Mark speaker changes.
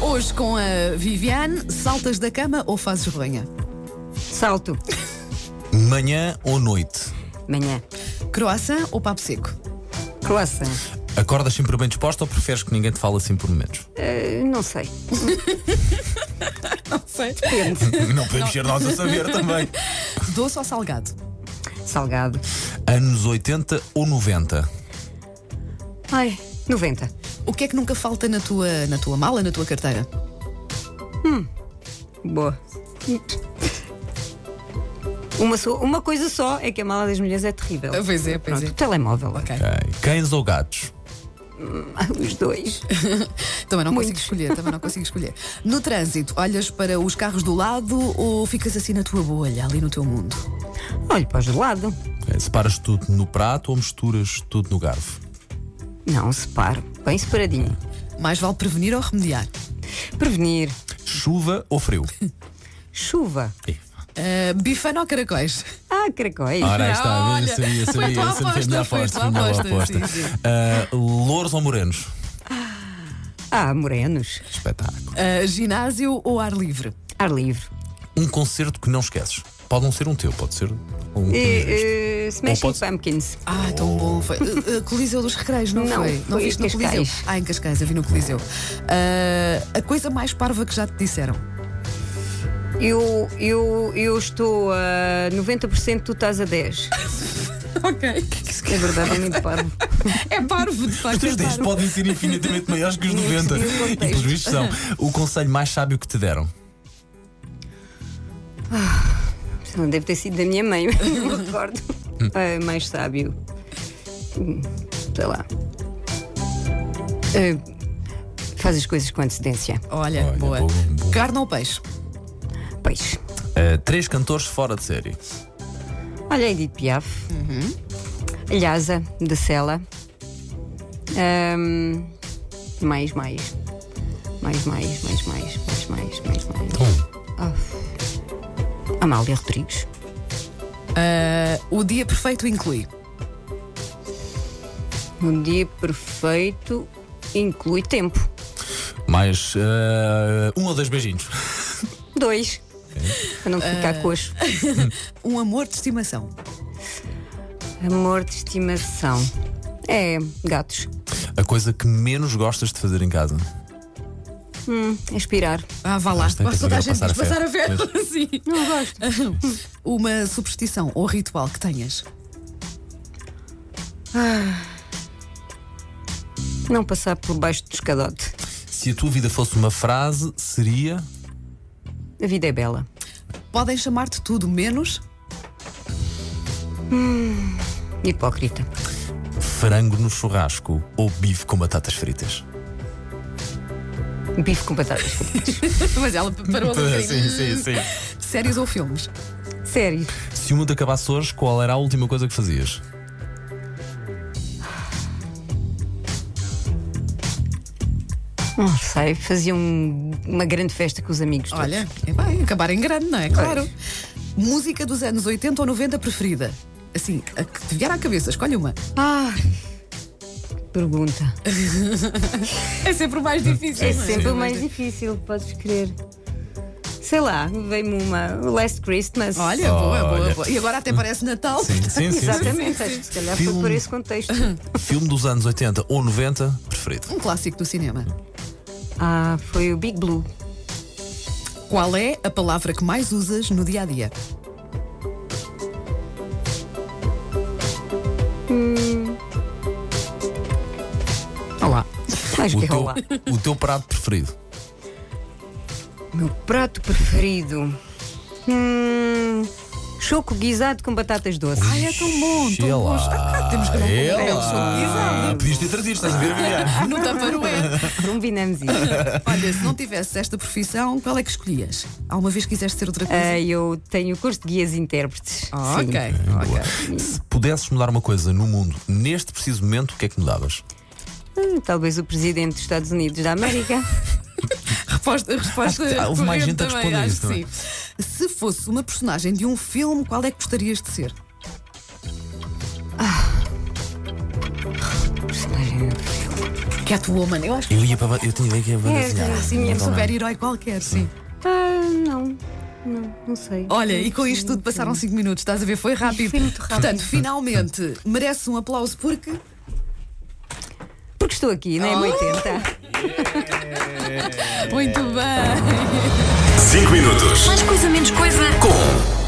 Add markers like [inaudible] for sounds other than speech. Speaker 1: Hoje com a Viviane, saltas da cama ou fazes ronha?
Speaker 2: Salto.
Speaker 3: Manhã ou noite?
Speaker 2: Manhã.
Speaker 1: Croissant ou papo seco?
Speaker 2: Croissant.
Speaker 3: Acordas sempre bem disposta ou preferes que ninguém te fale assim por
Speaker 1: [laughs]
Speaker 3: momentos?
Speaker 2: Eh, não sei.
Speaker 1: Não sei.
Speaker 3: Não podemos ser nós a saber também.
Speaker 1: Doce ou salgado?
Speaker 2: Salgado.
Speaker 3: Anos 80 ou 90?
Speaker 2: Ai. 90.
Speaker 1: O que é que nunca falta na tua, na tua mala, na tua carteira?
Speaker 2: Boa. Uma, só- uma coisa só é que a mala das mulheres é terrível.
Speaker 1: Pois é, pois
Speaker 2: Pronto,
Speaker 1: é.
Speaker 2: o telemóvel.
Speaker 1: Ok.
Speaker 3: Ok. Cães ou gatos?
Speaker 2: Os dois.
Speaker 1: Também não consigo
Speaker 2: Muitos.
Speaker 1: escolher, também não consigo escolher. No trânsito, olhas para os carros do lado ou ficas assim na tua bolha, ali no teu mundo?
Speaker 2: Olho para o gelado.
Speaker 3: Ok. Separas tudo no prato ou misturas tudo no garfo?
Speaker 2: Não, separo. Bem separadinho.
Speaker 1: Mais vale prevenir ou remediar?
Speaker 2: Prevenir.
Speaker 3: Chuva ou
Speaker 1: [laughs]
Speaker 3: frio?
Speaker 2: Chuva.
Speaker 1: Ah, bifana ou caracóis?
Speaker 2: Ah, caracóis.
Speaker 3: Ora, aí
Speaker 1: Ah,
Speaker 3: está, eu
Speaker 1: olha,
Speaker 3: sabia,
Speaker 1: foi
Speaker 3: sabia,
Speaker 1: a tua
Speaker 3: eu sabia,
Speaker 1: aposta,
Speaker 3: minha
Speaker 1: foi a
Speaker 3: aposta,
Speaker 1: tua
Speaker 3: minha
Speaker 1: aposta,
Speaker 3: aposta.
Speaker 1: sim, sim.
Speaker 3: Ah, louros ou morenos?
Speaker 2: Ah, morenos.
Speaker 3: Espetáculo.
Speaker 1: Ah, ginásio ou ar livre?
Speaker 2: Ar livre.
Speaker 3: Um concerto que não esqueces. Pode não ser um teu, pode ser um
Speaker 1: Hum,
Speaker 3: que tiveste.
Speaker 2: E, eh, smashing
Speaker 3: pode-
Speaker 2: Pumpkins.
Speaker 1: Ah, tão bom. Foi. Uh, uh, Coliseu dos Recreios, não,
Speaker 2: Não,
Speaker 1: foi? Não
Speaker 2: foi
Speaker 1: viste
Speaker 2: em
Speaker 1: no Coliseu?
Speaker 2: Cascais.
Speaker 1: Ah, em Cascais, eu vi no Coliseu. Uh, a coisa mais parva que já te disseram.
Speaker 2: Eu, eu, eu estou a 90%, tu estás
Speaker 1: [laughs]
Speaker 2: a 10%.
Speaker 1: [laughs] Ok.
Speaker 2: É verdade, é muito parvo.
Speaker 1: É parvo, de
Speaker 3: Os
Speaker 1: facto.
Speaker 3: teus
Speaker 1: É
Speaker 3: 10
Speaker 1: parvo.
Speaker 3: podem ser infinitamente maiores
Speaker 2: [laughs]
Speaker 3: que os
Speaker 2: Tinha que
Speaker 3: 90.
Speaker 2: seguir o
Speaker 3: E
Speaker 2: contexto.
Speaker 3: pelos vistos são. O conselho mais sábio que te deram.
Speaker 2: Não deve ter sido da minha mãe, [laughs] não me recordo. É mais sábio. Hum, Sei lá. Eh, faz as coisas com antecedência.
Speaker 1: Olha,
Speaker 3: Olha,
Speaker 1: boa.
Speaker 3: bom, bom.
Speaker 1: Carne ou peixe?
Speaker 2: Peixe.
Speaker 3: Uh, três cantores fora de série.
Speaker 2: Olha, Edith Piaf. Alhasa, da Sela. Ahm, mais, mais. Mais, mais, mais, mais, mais, mais, mais, mais. Amália Rodrigues.
Speaker 1: Uh, o dia perfeito inclui.
Speaker 2: Um dia perfeito inclui tempo.
Speaker 3: Mais uh, um ou dois beijinhos.
Speaker 2: Dois. Para não ficar coxo.
Speaker 1: Um amor de estimação.
Speaker 2: Amor de estimação. É, gatos.
Speaker 3: A coisa que menos gostas de fazer em casa.
Speaker 2: Hum, aspirar.
Speaker 1: Ah, vá lá.
Speaker 3: Mas tem que
Speaker 1: Quase toda a gente
Speaker 3: saber
Speaker 1: diz
Speaker 3: passar
Speaker 1: passar
Speaker 3: a
Speaker 1: a
Speaker 3: ferro.
Speaker 1: ferro. Sim.
Speaker 2: Não gosto.
Speaker 1: Uma superstição ou ritual que tenhas.
Speaker 2: Não passar por baixo do escadote.
Speaker 3: Se a tua vida fosse uma frase, seria.
Speaker 2: A vida é bela.
Speaker 1: Podem chamar-te tudo menos. [laughs]
Speaker 2: Hipócrita.
Speaker 3: Frango no churrasco ou bife com batatas fritas?
Speaker 2: Bife com batatas fritas.
Speaker 1: Mas ela parou ali um bocadinho.
Speaker 3: sim.
Speaker 1: Séries ou filmes?
Speaker 2: Sério.
Speaker 3: Se o mundo acabasse hoje, qual era a última coisa que fazias?
Speaker 2: Não sei. Fazia um- uma grande festa com os amigos. todos.
Speaker 1: Olha, é bem, acabar em grande, não é? Claro. Música dos anos 80 ou 90 preferida? Assim, a que te vier à cabeça, escolhe uma.
Speaker 2: Ah, pergunta.
Speaker 1: É sempre o mais difícil.
Speaker 2: É
Speaker 3: Sim,
Speaker 2: sempre
Speaker 3: sim.
Speaker 2: o mais difícil, podes crer. Sei lá, veio-me uma Last Christmas.
Speaker 1: Olha, boa, boa,
Speaker 3: Olha.
Speaker 1: boa. E agora até parece Natal.
Speaker 3: Sim, sim, sim. sim.
Speaker 2: [laughs] Exatamente, acho que se calhar foi
Speaker 3: Filme.
Speaker 2: por esse contexto.
Speaker 3: Filme dos anos 80 ou 90, preferido.
Speaker 1: Um clássico do cinema.
Speaker 2: Ah, foi o Big Blue.
Speaker 1: Qual é a palavra que mais usas no dia a dia?
Speaker 2: Olá. Acho
Speaker 3: O
Speaker 2: que é
Speaker 3: teu,
Speaker 2: olá.
Speaker 3: o teu prato preferido.
Speaker 2: Meu prato preferido. Hum, choco guisado com batatas doces.
Speaker 1: Ai, é tão bom, tão bom. Ah, Temos que
Speaker 3: Ela!
Speaker 1: não
Speaker 3: Ah, Podias ter trazido, estás a ver,
Speaker 1: [laughs]
Speaker 3: Viviane?
Speaker 1: No Taparué.
Speaker 2: Combinamos
Speaker 1: [laughs]
Speaker 2: isso.
Speaker 1: Olha, se não tivesse esta profissão, qual é que escolhias? Alguma vez quiseste ser outra coisa?
Speaker 2: Ah, eu tenho curso de guias e intérpretes.
Speaker 1: Ah,
Speaker 2: Sim.
Speaker 1: ok, ok.
Speaker 3: Se pudesses mudar uma coisa no mundo, neste preciso momento, o que é que mudavas?
Speaker 2: Hum, Talvez o presidente dos Estados Unidos da América.
Speaker 1: Resposta, resposta
Speaker 3: Acho que houve mais
Speaker 1: corrente
Speaker 3: gente a
Speaker 1: também,
Speaker 3: responder é?
Speaker 1: acho
Speaker 3: isso,
Speaker 1: que sim. Se fosse uma personagem de um filme, qual é que gostarias de ser?
Speaker 2: Personagem do filme.
Speaker 1: Porque Catwoman, eu acho que
Speaker 3: Eu ia para. ba- Eu tinha ideia que ia para
Speaker 2: É, assim,
Speaker 1: é um super-herói qualquer, sim.
Speaker 2: Ah, não. Não, não sei.
Speaker 1: Olha, e com isto tudo passaram 5 minutos, estás a ver? Foi rápido.
Speaker 2: Foi muito rápido.
Speaker 1: Portanto, finalmente, merece um aplauso porque.
Speaker 2: Porque estou aqui,
Speaker 1: Ah.
Speaker 2: não é? 80.
Speaker 1: Muito bem!
Speaker 4: 5 minutos.
Speaker 5: Mais coisa, menos coisa.
Speaker 4: Com